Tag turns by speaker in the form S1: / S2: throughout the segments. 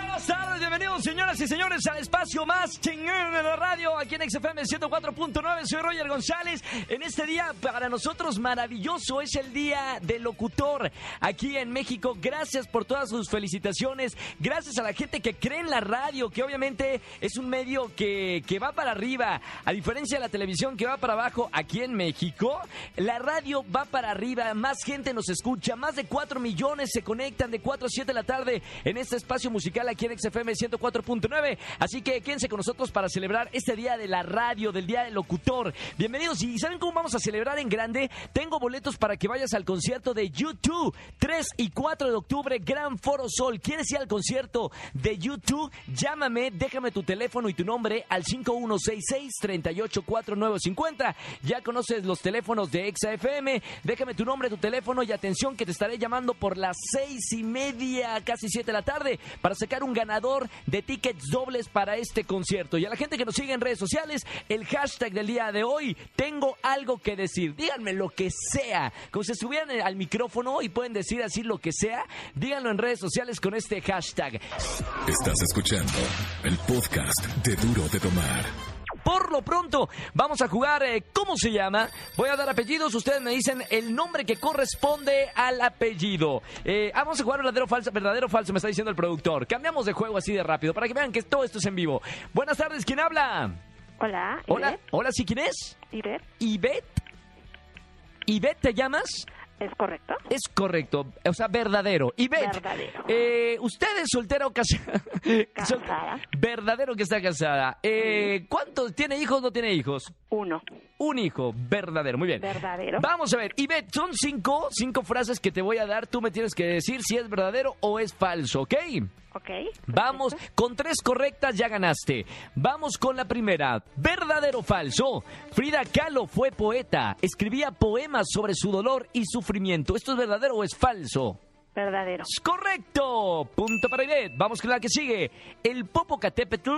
S1: Buenas tardes, bienvenidos señoras y señores al espacio más chingón de la radio aquí en XFM 104.9. Soy Roger González. En este día para nosotros maravilloso es el día del locutor aquí en México. Gracias por todas sus felicitaciones. Gracias a la gente que cree en la radio, que obviamente es un medio que, que va para arriba. A diferencia de la televisión que va para abajo aquí en México, la radio va para arriba. Más gente nos escucha. Más de 4 millones se conectan de 4 a 7 de la tarde en este espacio musical aquí en XFM 104.9. Así que quédense con nosotros para celebrar este día de la radio, del día del locutor. Bienvenidos. ¿Y saben cómo vamos a celebrar en grande? Tengo boletos para que vayas al concierto de YouTube 3 y 4 de octubre, Gran Foro Sol. ¿Quieres ir al concierto de YouTube? Llámame, déjame tu teléfono y tu nombre al 5166-384950. Ya conoces los teléfonos de XFM. Déjame tu nombre, tu teléfono y atención que te estaré llamando por las seis y media, casi siete de la tarde, para sacar un ganador de tickets dobles para este concierto. Y a la gente que nos sigue en redes sociales, el hashtag del día de hoy, tengo algo que decir. Díganme lo que sea. Como si estuvieran al micrófono y pueden decir así lo que sea, díganlo en redes sociales con este hashtag.
S2: Estás escuchando el podcast de Duro de Tomar.
S1: Por lo pronto, vamos a jugar eh, ¿Cómo se llama? Voy a dar apellidos, ustedes me dicen el nombre que corresponde al apellido. Eh, vamos a jugar verdadero o falso, verdadero o falso, me está diciendo el productor. Cambiamos de juego así de rápido para que vean que todo esto es en vivo. Buenas tardes, ¿quién habla?
S3: Hola,
S1: Hola,
S3: Ivette.
S1: hola, ¿sí quién es?
S3: Ivette,
S1: Ivette. Ivette, ¿te llamas?
S3: ¿es correcto?
S1: Es correcto, o sea, verdadero. Ivette,
S3: Verdadero.
S1: eh, ¿usted es soltera o casada? Sol-
S3: Casada.
S1: Verdadero que está casada. Eh, ¿Cuántos? ¿Tiene hijos o no tiene hijos?
S3: Uno.
S1: Un hijo, verdadero, muy bien.
S3: Verdadero.
S1: Vamos a ver, Ivette, son cinco, cinco frases que te voy a dar. Tú me tienes que decir si es verdadero o es falso, ¿ok?
S3: Ok. perfecto.
S1: Vamos, con tres correctas ya ganaste. Vamos con la primera. ¿Verdadero o falso? Frida Kahlo fue poeta. Escribía poemas sobre su dolor y sufrimiento. ¿Esto es verdadero o es falso?
S3: Verdadero.
S1: Es correcto. Punto para Ivette. Vamos con la que sigue. El Popocatépetl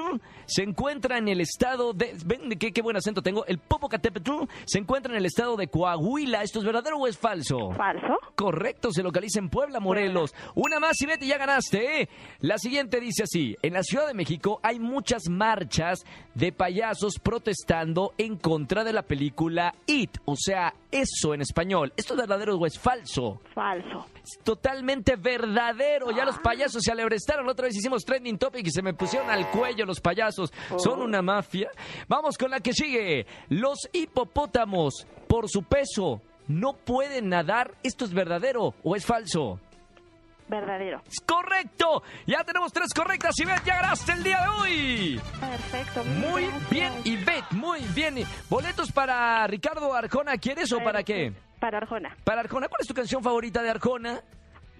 S1: se encuentra en el estado de... Ven, qué, qué buen acento tengo. El Popocatépetl se encuentra en el estado de Coahuila. ¿Esto es verdadero o es falso?
S3: Falso.
S1: Correcto, se localiza en Puebla, Morelos. Una más y vete, ya ganaste, ¿eh? La siguiente dice así: En la Ciudad de México hay muchas marchas de payasos protestando en contra de la película It, o sea, eso en español. ¿Esto es verdadero o es falso?
S3: Falso.
S1: Es totalmente verdadero. Ya los payasos se alebrestaron. La otra vez hicimos trending topic y se me pusieron al cuello los payasos. Son una mafia. Vamos con la que sigue. Los hipopótamos, por su peso, no pueden nadar. ¿Esto es verdadero o es falso?
S3: Verdadero.
S1: ¡Es correcto! Ya tenemos tres correctas y ven, ya ganaste el día de hoy.
S3: Perfecto. mil
S1: Muy
S3: gracias.
S1: bien, Ivette, muy bien. ¿Boletos para Ricardo Arjona quieres o para qué?
S3: Para Arjona.
S1: Para Arjona, ¿cuál es tu canción favorita de Arjona?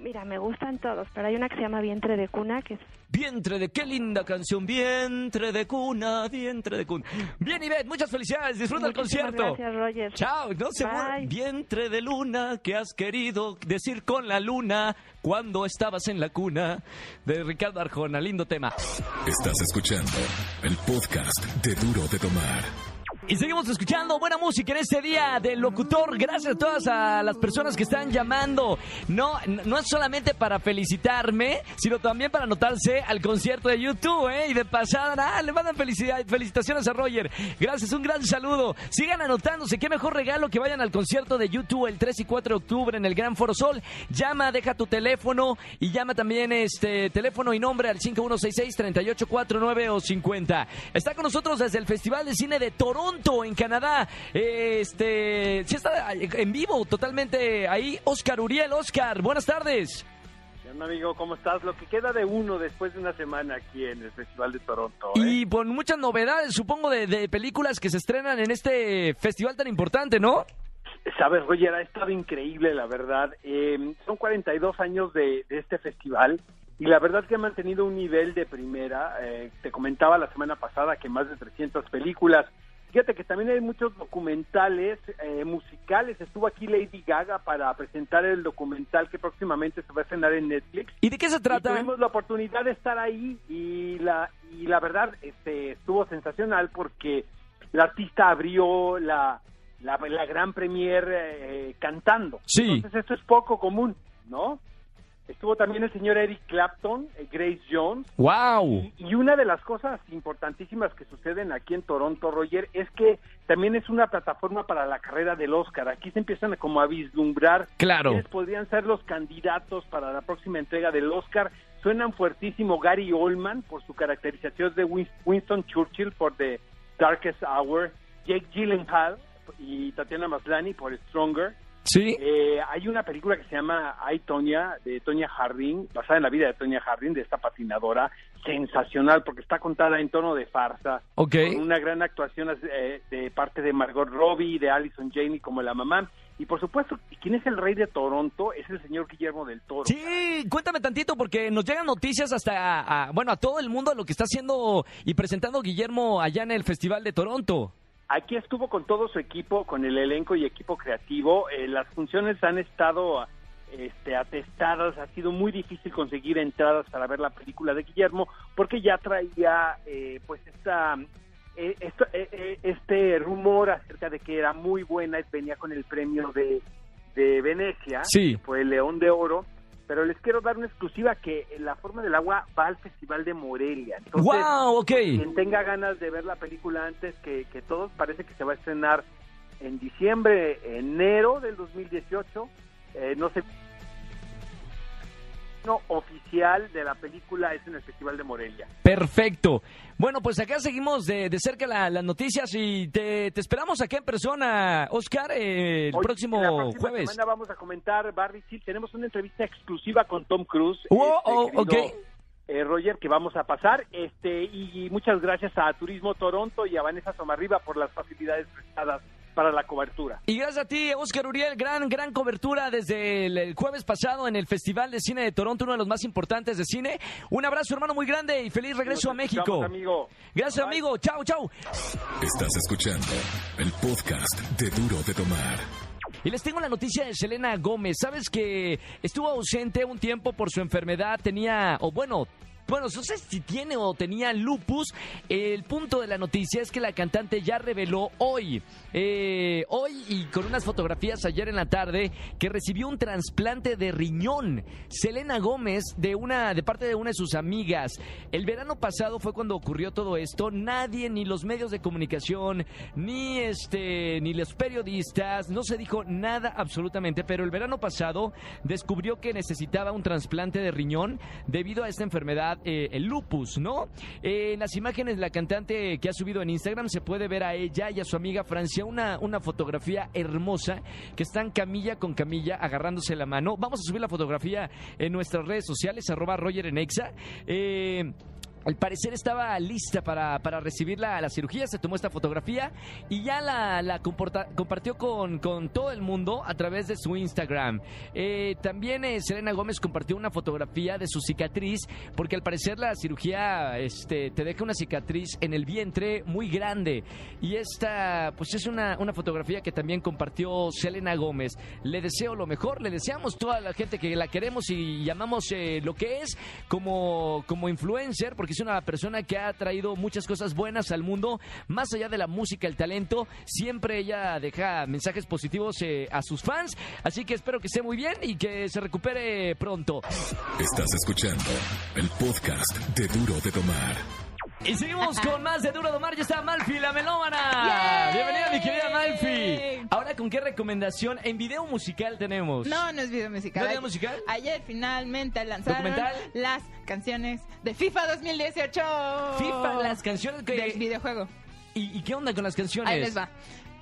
S3: Mira, me gustan todos, pero hay una que se llama Vientre de Cuna, que es
S1: Vientre de qué linda canción, vientre de cuna, vientre de cuna. Bien, Ivette, muchas felicidades, disfruta
S3: Muchísimas
S1: el concierto.
S3: gracias, Roger.
S1: Chao, no se
S3: Bye.
S1: muera. Vientre de luna que has querido decir con la luna cuando estabas en la cuna de Ricardo Arjona, lindo tema.
S2: Estás escuchando el podcast de Duro de Tomar.
S1: Y seguimos escuchando buena música en este día del locutor. Gracias a todas a las personas que están llamando. No, no es solamente para felicitarme, sino también para anotarse al concierto de YouTube, ¿eh? Y de pasada, ah, le mandan felicidad, felicitaciones a Roger. Gracias, un gran saludo. Sigan anotándose. Qué mejor regalo que vayan al concierto de YouTube el 3 y 4 de octubre en el Gran Foro Sol. Llama, deja tu teléfono y llama también este teléfono y nombre al 5166-3849 o 50. Está con nosotros desde el Festival de Cine de Toronto, en Canadá. Eh, Este, sí está en vivo totalmente ahí, Oscar Uriel. Oscar, buenas tardes.
S4: ¿Qué onda, amigo? ¿Cómo estás? Lo que queda de uno después de una semana aquí en el Festival de Toronto. ¿eh?
S1: Y con muchas novedades, supongo, de, de películas que se estrenan en este festival tan importante, ¿no?
S4: Sabes, Roger, ha estado increíble, la verdad. Eh, son 42 años de, de este festival y la verdad que ha mantenido un nivel de primera. Eh, te comentaba la semana pasada que más de 300 películas. Fíjate que también hay muchos documentales eh, musicales. Estuvo aquí Lady Gaga para presentar el documental que próximamente se va a estrenar en Netflix.
S1: ¿Y de qué se trata?
S4: Y tuvimos la oportunidad de estar ahí y la y y la verdad este, estuvo sensacional porque la artista abrió la, la, la gran premier eh, cantando.
S1: Sí.
S4: Entonces esto es poco común, ¿no? Estuvo también el señor Eric Clapton, eh, Grace Jones,
S1: ¡Wow!
S4: y, y una de las cosas importantísimas que suceden aquí en Toronto, Roger, es que también es una plataforma para la carrera del Oscar. Aquí se empiezan a como a vislumbrar
S1: Claro.
S4: quiénes podrían ser los candidatos para la próxima entrega del Oscar. Suenan fuertísimo Gary Oldman por su caracterización de Win- Winston Churchill por The Darkest Hour, Jake Gyllenhaal y Tatiana Maslany por Stronger.
S1: Sí.
S4: Eh, hay una película que se llama Ay Tonya, de Tonya Harding, basada en la vida de Tonya Harding, de esta patinadora, sensacional, porque está contada en tono de farsa,
S1: Ok.
S4: con una gran actuación eh, de parte de Margot Robbie, de Allison Janney como la mamá, y por supuesto, quien es el rey de Toronto es el señor Guillermo del Toro.
S1: Sí, cuéntame tantito porque nos llegan noticias hasta, a- a- bueno, a todo el mundo de lo que está haciendo y presentando Guillermo allá en el Festival de Toronto.
S4: Aquí estuvo con todo su equipo, con el elenco y equipo creativo. Eh, las funciones han estado este, atestadas. Ha sido muy difícil conseguir entradas para ver la película de Guillermo porque ya traía eh, pues esta, eh, esto- eh, eh, este rumor acerca de que era muy buena. Venía con el premio de, de Venecia,
S1: Sí.
S4: que fue el León de Oro. Pero les quiero dar una exclusiva que La Forma del Agua va al Festival de Morelia. Entonces, pues,
S1: ¡Wow! Ok.
S4: quien tenga ganas de ver la película antes que, que todos, parece que se va a estrenar en diciembre, enero del 2018. Eh, no sé. No oficial de la película es en el Festival de Morelia.
S1: Perfecto. Bueno, pues acá seguimos de, de cerca la- las noticias y te, te esperamos acá en persona, Oscar, eh, el
S4: Hoy,
S1: próximo
S4: la próxima
S1: jueves.
S4: semana vamos a comentar Barry Seal. Tenemos una entrevista exclusiva con Tom Cruise. este
S1: Oh, oh,
S4: querido,
S1: ok.
S4: eh, Roger, que vamos a pasar. Este y muchas gracias a Turismo Toronto y a Vanessa Somarriba por las facilidades prestadas para la cobertura.
S1: Y gracias a ti, Oscar Uriel, gran, gran cobertura desde el, el jueves pasado en el Festival de Cine de Toronto, uno de los más importantes de cine. Un abrazo, hermano, muy grande y feliz regreso a
S4: Nos escuchamos,
S1: México.
S4: amigo.
S1: Gracias,
S4: Bye.
S1: amigo. Chau, chau.
S2: Estás escuchando el podcast de Duro de Tomar.
S1: Y les tengo la noticia de Selena Gómez. Sabes que estuvo ausente un tiempo por su enfermedad. Tenía, o bueno. Bueno, no sé si tiene o tenía lupus. El punto de la noticia es que la cantante ya reveló hoy, eh, hoy y con unas fotografías ayer en la tarde, que recibió un trasplante de riñón. Selena Gómez, de una, de parte de una de sus amigas. El verano pasado fue cuando ocurrió todo esto. Nadie, ni los medios de comunicación, ni este, ni los periodistas, no se dijo nada absolutamente. Pero el verano pasado descubrió que necesitaba un trasplante de riñón debido a esta enfermedad, eh, el lupus, ¿no? Eh, en las imágenes la cantante que ha subido en Instagram se puede ver a ella y a su amiga Francia una, una fotografía hermosa que están camilla con camilla agarrándose la mano. Vamos a subir la fotografía en nuestras redes sociales, arroba Roger en Exa. Eh, al parecer estaba lista para, para recibir la, la cirugía, se tomó esta fotografía y ya la, la comporta- compartió con, con todo el mundo a través de su Instagram. Eh, también eh, Selena Gómez compartió una fotografía de su cicatriz, porque al parecer la cirugía este, te deja una cicatriz en el vientre muy grande. Y esta, pues es una, una fotografía que también compartió Selena Gómez. Le deseo lo mejor, le deseamos toda la gente que la queremos y llamamos eh, lo que es como, como influencer, porque es una persona que ha traído muchas cosas buenas al mundo, más allá de la música, el talento, siempre ella deja mensajes positivos eh, a sus fans, así que espero que esté muy bien y que se recupere pronto.
S2: Estás escuchando el podcast de Duro de Tomar.
S1: Y seguimos con más de Duro de Mar, ya está Malfi, la melómana.
S5: ¡Yay!
S1: Bienvenida mi querida Malfi. Ahora, ¿con qué recomendación en video musical tenemos?
S5: No, no es video musical.
S1: Pues, ¿No es
S5: Ayer-
S1: video musical?
S5: Ayer finalmente lanzaron
S1: ¿Documental?
S5: las canciones de FIFA 2018.
S1: FIFA, las canciones que...
S5: del videojuego.
S1: ¿Y, y qué onda con las canciones?
S5: Ahí les va.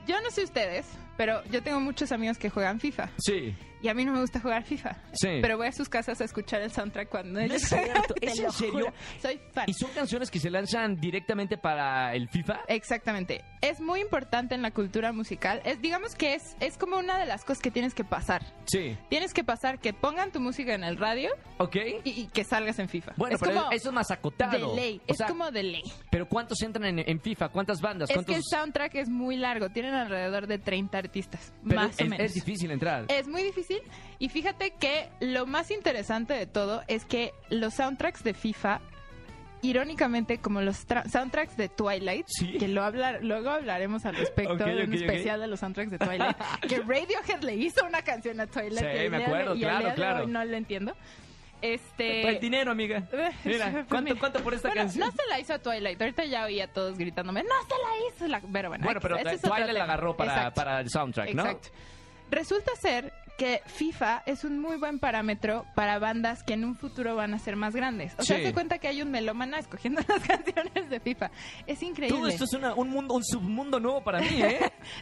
S5: Yo no sé ustedes, pero yo tengo muchos amigos que juegan FIFA
S1: Sí.
S5: y a mí no me gusta jugar FIFA.
S1: Sí.
S5: Pero voy a sus casas a escuchar el soundtrack cuando
S1: No
S5: ellos
S1: es
S5: juegan,
S1: cierto,
S5: te
S1: ¿es en
S5: lo
S1: serio?
S5: juro. Soy fan.
S1: ¿Y son canciones que se lanzan directamente para el FIFA?
S5: Eh. Exactamente. Es muy importante en la cultura musical. Es, digamos que es, es como una de las cosas que tienes que pasar.
S1: Sí.
S5: Tienes que pasar que pongan tu música en el radio
S1: ¿Ok?
S5: y, y que salgas en FIFA.
S1: Bueno,
S5: es
S1: pero
S5: como
S1: eso es más acotado.
S5: de ley.
S1: O
S5: es
S1: sea,
S5: como de ley.
S1: ¿Pero cuántos entran en, en FIFA? ¿Cuántas bandas?
S5: Es
S1: ¿Cuántos...
S5: que el soundtrack es muy largo. Tienen alrededor de 30 artistas,
S1: Pero
S5: más
S1: es,
S5: o menos.
S1: es difícil entrar.
S5: Es muy difícil. Y fíjate que lo más interesante de todo es que los soundtracks de FIFA irónicamente como los tra- soundtracks de Twilight,
S1: Sí.
S5: que lo hablar, luego hablaremos al respecto
S1: Ok,
S5: de
S1: ok,
S5: un
S1: ok.
S5: especial de los soundtracks de Twilight, que Radiohead le hizo una canción a Twilight.
S1: Sí,
S5: y el
S1: me
S5: día de-
S1: acuerdo,
S5: y el
S1: claro,
S5: día de
S1: claro.
S5: hoy no lo entiendo.
S1: El
S5: Este...
S1: dinero, amiga. Mira, ¿cuánto, cuánto por esta
S5: Bueno,
S1: canción?
S5: No se la hizo a Twilight. Ahorita ya oí a todos gritándome, no se la hizo. la-". Pero bueno,
S1: Bueno,
S5: X,
S1: pero
S5: ese es otro
S1: Twilight la
S5: tema.
S1: agarró para,
S5: Exacto.
S1: para el soundtrack, ¿no?
S5: Exacto. Resulta ser que FIFA es un muy buen parámetro para bandas que en un futuro van a ser más grandes. O sea,
S1: Sí.
S5: se cuenta que hay un melómana escogiendo las canciones de FIFA. Es increíble.
S1: Todo esto es una- un mundo, un submundo nuevo para mí, ¿eh?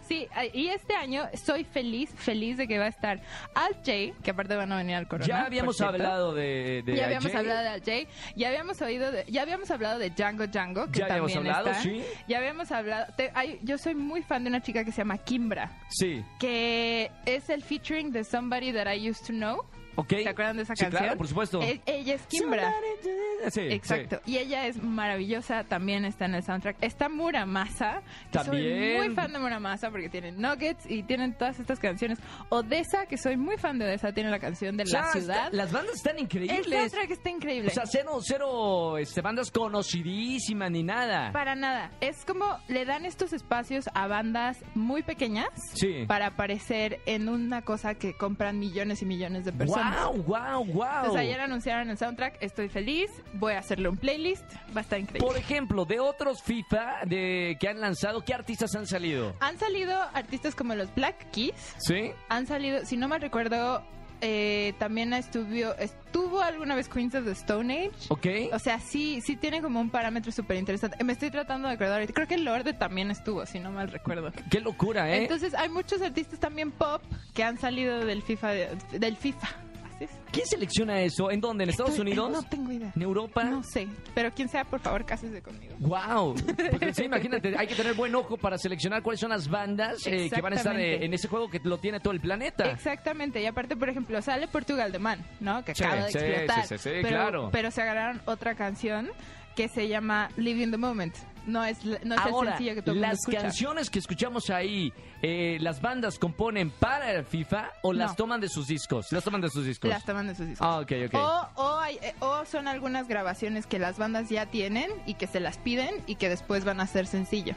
S5: Sí, y este año estoy feliz, feliz de que va a estar Alt J, que aparte van a venir al Corona.
S1: ya habíamos
S5: por cierto.
S1: hablado de, de
S5: ya habíamos
S1: Ajay.
S5: hablado de Alt J, ya habíamos oído de, ya habíamos hablado de Django Django, que
S1: Ya habíamos
S5: también
S1: hablado,
S5: está.
S1: sí.
S5: Ya habíamos hablado. te- hay- yo soy muy fan de una chica que se llama Kimbra.
S1: Sí.
S5: que es el featuring de Somebody That I Used to Know.
S1: Ok.
S5: ¿Se acuerdan de esa
S1: Sí,
S5: canción?
S1: claro, por supuesto.
S5: E- ella es Kimbra.
S1: Sí,
S5: Exacto. Y ella es maravillosa, también está en el soundtrack. Está Muramasa. Que
S1: También.
S5: Soy muy fan de Muramasa porque tienen Nuggets y tienen todas estas canciones. Odessa, que soy muy fan de Odessa, tiene la canción de
S1: O sea,
S5: La
S1: está-
S5: Ciudad. Este
S1: las bandas están
S5: el
S1: increíbles.
S5: soundtrack está increíble.
S1: O sea, cero, cero este, bandas conocidísimas ni nada.
S5: Para nada. Es como le dan estos espacios a bandas muy pequeñas
S1: Sí.
S5: para aparecer en una cosa que compran millones y millones de personas.
S1: ¡Wow, wow, wow!
S5: Entonces ayer anunciaron el soundtrack, estoy feliz, voy a hacerle un playlist, va a estar increíble.
S1: Por ejemplo, de otros FIFA de, que han lanzado, ¿qué artistas han salido?
S5: Han salido artistas como los Black Keys,
S1: ¿Sí?
S5: han salido, si no me recuerdo, eh, también estuvo, estuvo alguna vez Queens of the Stone Age.
S1: ¿Ok?
S5: O sea, sí, sí tiene como un parámetro súper interesante. Me estoy tratando de acordar ahorita. Creo que Lorde también estuvo, si no mal recuerdo.
S1: ¡Qué locura, eh!
S5: Entonces hay muchos artistas también pop que han salido del FIFA. de- del FIFA. Así es.
S1: ¿Quién selecciona eso? ¿En dónde? ¿En Estados
S5: Estoy-
S1: Unidos?
S5: No tengo idea.
S1: ¿En Europa?
S5: No sé. Pero quien sea, por favor, cásese conmigo.
S1: Wow, porque sí, imagínate, hay que tener buen ojo para seleccionar cuáles son las bandas eh, que van a estar eh,
S5: Exactamente.
S1: en ese juego que lo tiene todo el planeta.
S5: Exactamente, y aparte, por ejemplo, sale Portugal de Man, ¿no? Que
S1: Sí,
S5: acaba de
S1: sí,
S5: explotar.
S1: sí, sí, sí,
S5: pero,
S1: claro.
S5: pero se agarraron otra canción que se llama Living the Moment. No es, la- no es
S1: Ahora,
S5: el sencillo que todo el mundo
S1: las
S5: escucha.
S1: canciones que escuchamos ahí, eh, ¿las bandas componen para el FIFA o las
S5: No.
S1: toman de sus discos? Las toman de sus discos.
S5: Las toman de sus discos.
S1: Ah, ok, ok.
S5: O, o, hay- eh, o son algunas grabaciones que las bandas ya tienen y que se las piden y que después van a ser sencillo.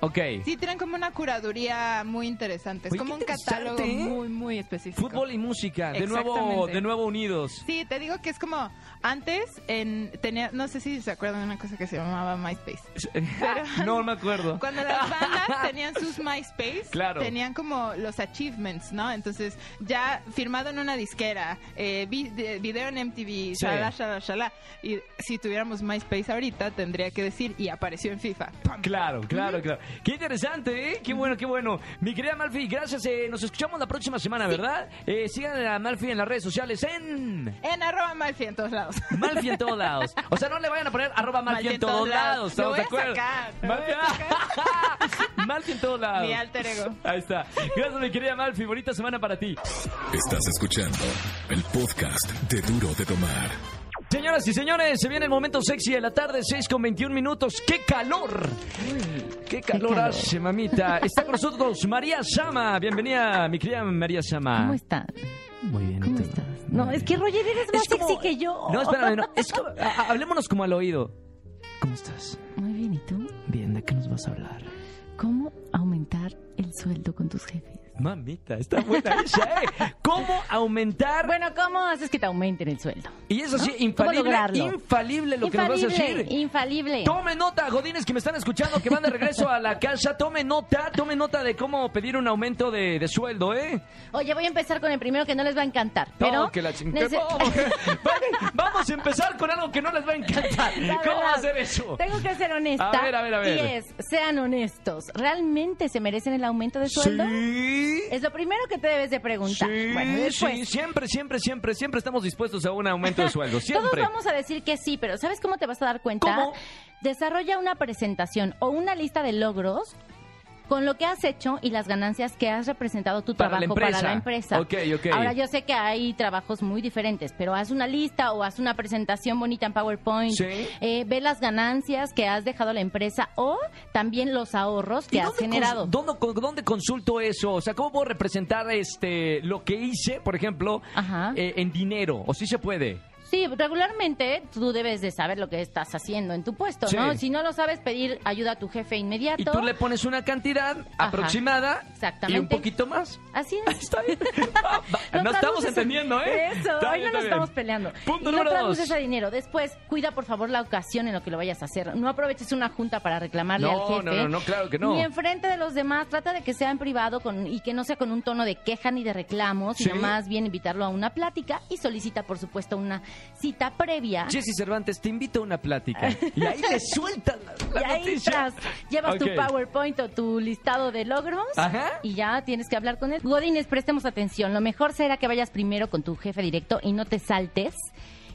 S1: ok.
S5: Oh, Sí, tienen como una curaduría muy interesante. Es
S1: Oye,
S5: como un
S1: qué interesante,
S5: catálogo
S1: ¿eh?
S5: muy, muy específico.
S1: Fútbol y música, de nuevo,
S5: Exactamente.
S1: de nuevo unidos.
S5: Sí, te digo que es como antes en tenía no sé si se acuerdan de una cosa que se llamaba MySpace.
S1: no me acuerdo.
S5: Cuando las bandas tenían sus MySpace,
S1: Claro.
S5: tenían como los achievements, ¿no? Entonces, ya firmado en una disquera, eh, vi- de- video en MTV, shalá, shalá, shalá. Y si tuviéramos MySpace ahorita, tendría que decir, y apareció en FIFA. ¡Pam!
S1: Claro, claro, claro. Qué interesante, ¿eh? Qué bueno, qué bueno. Mi querida Malfi, gracias. eh, nos escuchamos la próxima semana, ¿verdad? Eh, sigan a Malfi en las redes sociales en...
S5: En arroba Malfi en todos lados.
S1: Malfi en todos lados. O sea, no le vayan a poner arroba Malfi en todos lados. ¿Estamos
S5: Lo voy
S1: de
S5: a
S1: acuerdo?
S5: sacar, lo
S1: Malfi-
S5: voy a
S1: Malfi en todos lados.
S5: Mi alter ego.
S1: Ahí está. Gracias, mi querida Malfi. Bonita semana para ti.
S2: Estás escuchando el podcast de Duro de Tomar.
S1: Señoras y señores, se viene el momento sexy de la tarde, 6 con 21 minutos. ¡Qué calor! ¡Qué calor,
S6: calor.
S1: hace, mamita! Está con nosotros María Sama. Bienvenida, mi querida María Sama.
S6: ¿Cómo estás?
S1: Muy bien.
S6: ¿Cómo
S1: ¿tú?
S6: estás? No, es que Roger eres más
S1: Es como-
S6: sexy que yo.
S1: No, espérame, no. Es como- a- a- hablémonos como al oído. ¿Cómo estás?
S6: Muy bien, ¿y tú?
S1: Bien, ¿de qué nos vas a hablar?
S6: ¿Cómo aumentar el sueldo con tus jefes?
S1: Mamita, está buena esa, ¿eh? ¿Cómo aumentar?
S6: Bueno, ¿cómo haces que te aumenten el sueldo?
S1: y eso sí,
S6: ¿no? ¿Cómo
S1: infalible,
S6: lograrlo?
S1: infalible lo que nos vas a
S6: infalible,
S1: decir.
S6: infalible.
S1: Tome nota, godines que me están escuchando, que van de regreso a la casa. Tome nota, tome nota de cómo pedir un aumento de, de sueldo, ¿eh?
S6: Oye, voy a empezar con el primero que no les va a encantar, pero...
S1: No, que la ching-
S6: Nece-
S1: Vamos, vale, vamos a empezar con algo que no les va a encantar.
S6: La
S1: ¿Cómo
S6: verdad,
S1: hacer eso?
S6: Tengo que ser honesta.
S1: A ver, a ver, a ver.
S6: Y es, sean honestos. ¿Realmente se merecen el aumento de sueldo?
S1: Sí.
S6: Es lo primero que te debes de
S1: Sí,
S6: preguntar. bueno, después,
S1: sí, siempre, siempre, siempre, siempre estamos dispuestos a un aumento de sueldo, siempre.
S6: Todos vamos a decir que sí, pero ¿sabes cómo te vas a dar cuenta?
S1: ¿Cómo?
S6: Desarrolla una presentación o una lista de logros con lo que has hecho y las ganancias que has representado tu
S1: Para la
S6: trabajo
S1: empresa.
S6: para la empresa.
S1: Ok, ok.
S6: Ahora yo sé que hay trabajos muy diferentes, pero haz una lista o haz una presentación bonita en PowerPoint.
S1: Sí.
S6: Eh, ve las ganancias que has dejado a la empresa o también los ahorros
S1: ¿Y
S6: que has
S1: dónde
S6: generado.
S1: cons- ¿dónde, con- dónde consulto eso? O sea, ¿cómo puedo representar este lo que hice, por ejemplo,
S6: Ajá.
S1: eh, en dinero? ¿O sí se puede?
S6: Sí, regularmente tú debes de saber lo que estás haciendo en tu puesto,
S1: Sí.
S6: ¿no? Si no lo sabes, pedir ayuda a tu jefe inmediato.
S1: Y tú le pones una cantidad
S6: Ajá.
S1: aproximada y
S6: Exactamente.
S1: un poquito más.
S6: Así es.
S1: Está bien. Va, va.
S6: Lo
S1: no estamos
S6: traduces a-
S1: entendiendo, ¿eh?
S6: Eso,
S1: Está
S6: hoy
S1: bien, está
S6: no nos
S1: bien.
S6: estamos peleando.
S1: Punto
S6: y no
S1: número
S6: traduces
S1: dos.
S6: ese dinero. Después, cuida por favor la ocasión en lo que lo vayas a hacer. No aproveches una junta para reclamarle
S1: No,
S6: al jefe.
S1: no, no, no, claro que no.
S6: Ni enfrente de los demás. Trata de que sea en privado con, y que no sea con un tono de queja ni de reclamo, sino
S1: Sí.
S6: más bien invitarlo a una plática y solicita, por supuesto, una cita previa.
S1: Jesse Cervantes, te invito a una plática. Y ahí le sueltas la,
S6: Y
S1: la
S6: ahí
S1: noticia.
S6: estás. llevas
S1: Ok.
S6: tu PowerPoint o tu listado de logros
S1: Ajá.
S6: y ya tienes que hablar con él. Godines, prestemos atención. Lo mejor será que vayas primero con tu jefe directo y no te saltes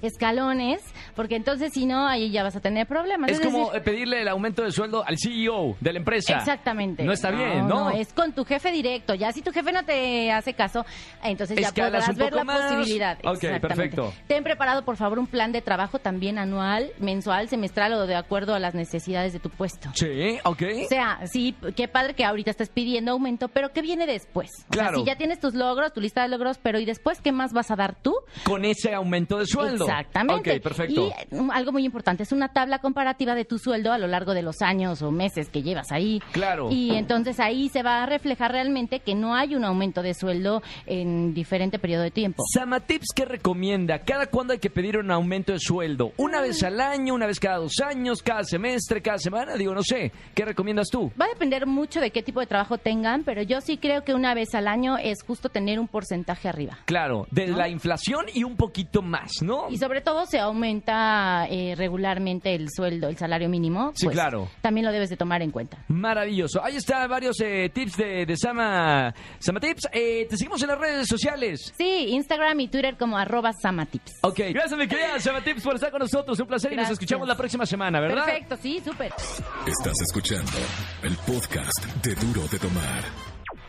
S6: escalones, porque entonces si no, ahí ya vas a tener problemas.
S1: Es como
S6: decir,
S1: eh, pedirle el aumento de sueldo al CEO de la empresa.
S6: Exactamente.
S1: No está bien, ¿no?
S6: Es con tu jefe directo. Ya si tu jefe no te hace caso, entonces ya
S1: Escalas un
S6: podrás ver
S1: poco
S6: la
S1: más.
S6: posibilidad.
S1: Ok,
S6: Exactamente.
S1: perfecto.
S6: Ten preparado, por favor, un plan de trabajo también anual, mensual, semestral o de acuerdo a las necesidades de tu puesto.
S1: Sí, ok.
S6: O sea, sí, qué padre que ahorita estás pidiendo aumento, pero ¿qué viene después? O
S1: Claro.
S6: sea, si ya tienes tus logros, tu lista de logros, pero ¿y después qué más vas a dar tú?
S1: Con ese aumento de sueldo.
S6: Exactamente.
S1: Ok, perfecto.
S6: Y eh, um, algo muy importante, es una tabla comparativa de tu sueldo a lo largo de los años o meses que llevas ahí.
S1: Claro.
S6: Y entonces ahí se va a reflejar realmente que no hay un aumento de sueldo en diferente periodo de tiempo.
S1: Samatips, ¿qué recomienda? ¿Cada cuándo hay que pedir un aumento de sueldo? ¿Una vez al año? ¿Una vez cada dos años? ¿Cada semestre? ¿Cada semana? Digo, no sé. ¿Qué recomiendas tú?
S6: Va a depender mucho de qué tipo de trabajo tengan, pero yo sí creo que una vez al año es justo tener un porcentaje arriba.
S1: Claro, de la inflación y un poquito más, ¿no?
S6: Y sobre todo se aumenta eh, regularmente el sueldo, el salario mínimo. pues,
S1: Sí, claro.
S6: También lo debes de tomar en cuenta.
S1: Maravilloso. Ahí está varios eh, tips de, de Sama, Sama Tips. Eh, te seguimos en las redes sociales.
S6: Sí, Instagram y Twitter como arroba samatips.
S1: Ok. Gracias, mi querida Sama Tips, por estar con nosotros. Un placer y nos
S6: Gracias.
S1: escuchamos la próxima semana, ¿verdad?
S6: Perfecto, sí, súper.
S2: Estás escuchando el podcast de Duro de Tomar.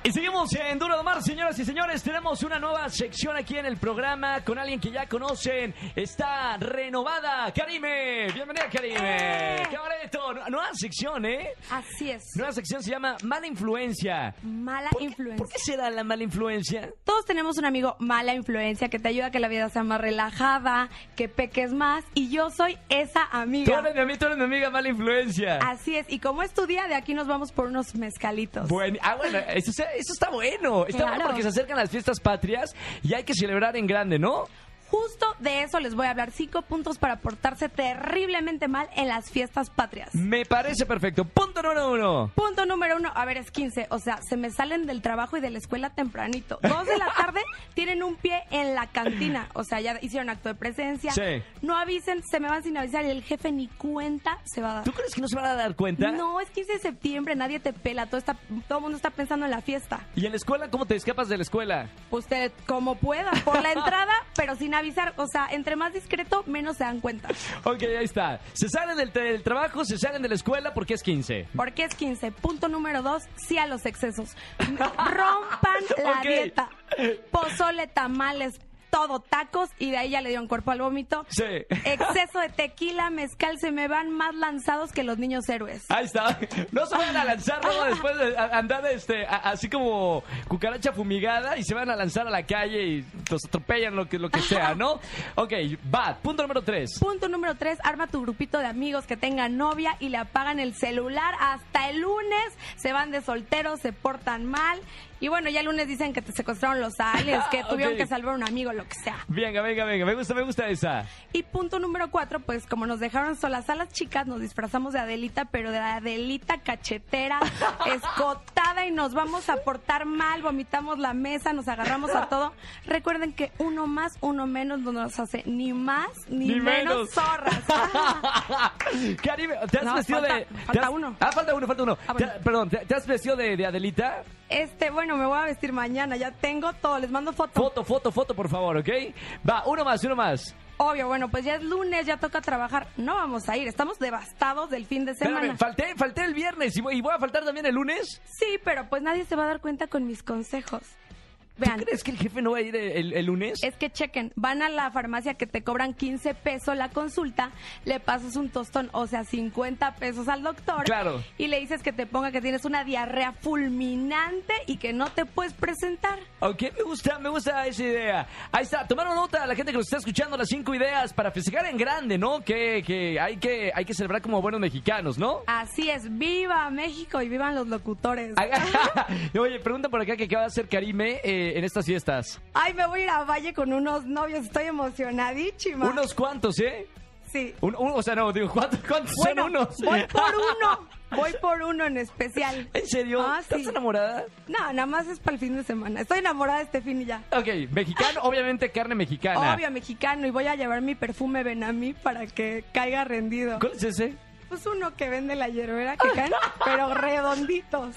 S1: Y seguimos en Duro de Mar, señoras y señores. Tenemos una nueva sección aquí en el programa con alguien que ya conocen. Está renovada, Karime. Bienvenida, Karime.
S7: ¡Eh!
S1: ¡Qué bonito! Nu- Nueva sección, ¿eh?
S7: Así es.
S1: Nueva sección se llama Mala Influencia.
S7: Mala
S1: ¿Por qué-
S7: influencia.
S1: ¿Por qué será la mala influencia?
S7: Todos tenemos un amigo mala influencia que te ayuda a que la vida sea más relajada, que peques más. Y yo soy esa
S1: Tú
S7: amiga.
S1: eres mi amiga, tú eres mi amiga, mala influencia.
S7: Así es. Y como es tu día, de aquí nos vamos por unos mezcalitos.
S1: Bueno, ah, bueno, eso, está- eso está bueno. Está bueno
S7: Claro.
S1: porque se acercan las fiestas patrias y hay que celebrar en grande, ¿no?
S7: Justo de eso les voy a hablar. Cinco puntos para portarse terriblemente mal en las fiestas patrias.
S1: Me parece perfecto. Punto número uno.
S7: Punto número uno, a ver, es 15. O sea, se me salen del trabajo y de la escuela tempranito. Dos de la tarde tienen un pie en la cantina. O sea, ya hicieron acto de presencia.
S1: Sí.
S7: No avisen, se me van sin avisar y el jefe ni cuenta se va a dar.
S1: ¿Tú crees que no se van a dar cuenta?
S7: No, es 15 de septiembre, nadie te pela. Todo, está, todo el mundo está pensando en la fiesta.
S1: ¿Y en la escuela cómo te escapas de la escuela?
S7: Usted, como pueda, por la entrada, pero sin avisar. O sea, entre más discreto, menos se dan cuenta.
S1: Ok, ahí está. Se salen del, del trabajo, se salen de la escuela porque es 15.
S7: Porque es 15. Punto número 2, sí a los excesos. Rompan la
S1: Ok.
S7: dieta. Pozole, tamales, todo, tacos, y de ahí ya le dieron cuerpo al vómito.
S1: Sí.
S7: Exceso de tequila, mezcal, se me van más lanzados que los niños héroes.
S1: Ahí está. No se van a lanzar luego después de a- andar este, a- así como cucaracha fumigada y se van a lanzar a la calle y los atropellan lo que, lo que sea, ¿no? Ok, va. Punto número 3.
S7: Punto número 3, arma tu grupito de amigos que tengan novia y le apagan el celular hasta el lunes. Se van de solteros, se portan mal. Y bueno, ya el lunes dicen que te secuestraron los aliens, que tuvieron
S1: Ok.
S7: que salvar a un amigo, lo que sea.
S1: Venga, venga, venga. Me gusta, me gusta esa.
S7: Y punto número cuatro, pues como nos dejaron solas a las chicas, nos disfrazamos de Adelita, pero de Adelita cachetera, escotada y nos vamos a portar mal, vomitamos la mesa, nos agarramos a todo. Recuerden que uno más, uno menos no nos hace ni más ni,
S1: Ni menos.
S7: menos. zorras.
S1: Karime, ¿te has
S7: No,
S1: vestido
S7: falta-
S1: de. te
S7: falta
S1: has-
S7: uno.
S1: Ah, falta uno, falta uno.
S7: Ah, bueno.
S1: Te- perdón, ¿te, te has vestido de, de Adelita?
S7: Este, bueno, me voy a vestir mañana, ya tengo todo, les mando foto.
S1: Foto, foto, foto, por favor, ¿ok? Va, uno más, uno más.
S7: Obvio, bueno, pues ya es lunes, ya toca trabajar. No vamos a ir, estamos devastados del fin de semana.
S1: Espérame, falté, falté el viernes y voy, y voy a faltar también el lunes.
S7: Sí, pero pues nadie se va a dar cuenta con mis consejos. Vean.
S1: ¿Tú crees que el jefe no va a ir el, el lunes?
S7: Es que chequen, van a la farmacia que te cobran 15 pesos la consulta, le pasas un tostón, o sea, 50 pesos al doctor.
S1: Claro.
S7: Y le dices que te ponga que tienes una diarrea fulminante y que no te puedes presentar.
S1: Ok, me gusta, me gusta esa idea. Ahí está, tomaron nota a la gente que nos está escuchando las cinco ideas para festejar en grande, ¿no? Que, que hay que hay que celebrar como buenos mexicanos, ¿no?
S7: Así es, viva México y vivan los locutores.
S1: Oye, pregunta por acá que qué va a hacer Karime eh, en estas fiestas.
S7: Ay, me voy a ir a Valle con unos novios, estoy emocionadísima.
S1: Unos cuantos, ¿eh?
S7: Sí.
S1: Un- un- o sea, no, digo, ¿cuántos, cuántos
S7: Bueno,
S1: son unos?
S7: voy por uno, voy por uno en especial.
S1: ¿En serio?
S7: Ah, sí.
S1: ¿Estás enamorada?
S7: No, nada más es para el fin de semana. Estoy enamorada de este fin y ya.
S1: Ok, mexicano, obviamente carne mexicana.
S7: Obvio, mexicano, y voy a llevar mi perfume Benami para que caiga rendido.
S1: ¿Cuál es ese?
S7: Pues uno que vende la hierbera que caen, pero redonditos.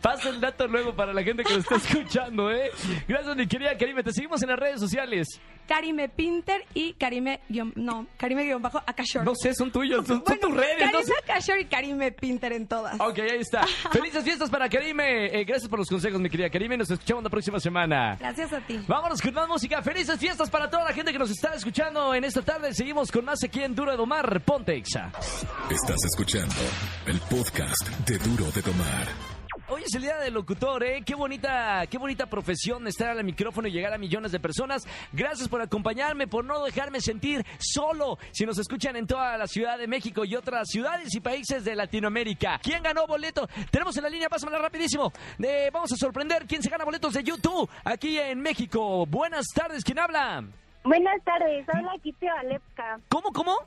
S1: Pasa el dato luego para la gente que lo está escuchando, ¿eh? Gracias, mi querida Karime. Te seguimos en las redes sociales.
S7: Karime Pinter y Karime guión- no, Karime guión bajo Akashor.
S1: No sé, son tuyos, son, son
S7: Bueno,
S1: tus redes. no
S7: Karime
S1: sé.
S7: Akashor y Karime Pinter en todas.
S1: Ok, ahí está. Felices fiestas para Karime. Eh, gracias por los consejos, mi querida Karime. Nos escuchamos la próxima semana.
S7: Gracias a ti.
S1: Vámonos con más música. Felices fiestas para toda la gente que nos está escuchando en esta tarde. Seguimos con más aquí en Duro de Domar. Ponte Exa.
S2: Estás escuchando el podcast de Duro de Tomar.
S1: Hoy es el día del locutor, ¿eh? Qué bonita, qué bonita profesión estar al micrófono y llegar a millones de personas. Gracias por acompañarme, por no dejarme sentir solo. Si nos escuchan en toda la Ciudad de México y otras ciudades y países de Latinoamérica. ¿Quién ganó boleto? Tenemos en la línea, pásamela rapidísimo. Eh, vamos a sorprender quién se gana boletos de YouTube aquí en México. Buenas tardes, ¿quién habla?
S8: Buenas tardes,
S1: Mm.
S8: habla Kitia Valepka.
S1: ¿Cómo, cómo?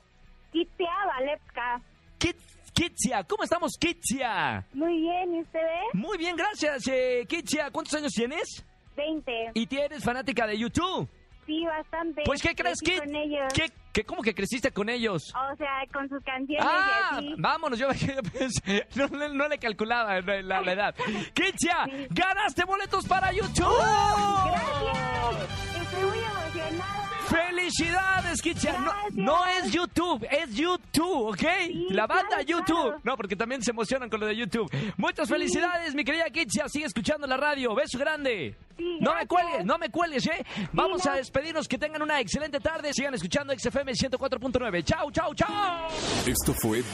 S8: Kitia Valepka.
S1: Kit- Kitsia, ¿cómo estamos, Kitsia?
S8: Muy bien, ¿y ustedes?
S1: Muy bien, gracias, eh, Kitsia. ¿Cuántos años tienes?
S8: 20.
S1: ¿Y tienes fanática de YouTube?
S8: Sí, bastante.
S1: Pues, ¿qué crees
S8: Crecí
S1: que,
S8: Con ellos. Oh,
S1: que, que cómo que creciste con ellos?
S8: O sea, con sus canciones
S1: Ah,
S8: y así.
S1: vámonos, yo, yo pensé- no, le- no le calculaba la, la- la edad. Kitsia, ganaste boletos para YouTube.
S8: Gracias. Estoy muy emocionada.
S1: ¡Felicidades, Kitsia! No,
S8: Gracias.
S1: no es YouTube, es YouTube, ¿ok?
S8: Sí,
S1: la banda
S8: claro,
S1: YouTube.
S8: claro.
S1: No, porque también se emocionan con lo de YouTube. Muchas felicidades, mi querida Kitsia. Sigue escuchando la radio. Beso grande.
S8: Sí,
S1: no me
S8: gracias.
S1: cuelgues, no me cuelgues, ¿eh? Vamos
S8: no.
S1: a despedirnos. Que tengan una excelente tarde. Sigan escuchando XFM 104.9. ¡Chao, chao, chao!
S2: Esto fue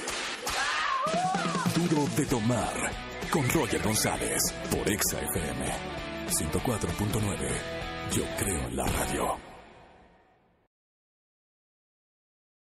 S2: Duro de Tomar con Roger González por Exa FM 104.9. Yo creo en la radio.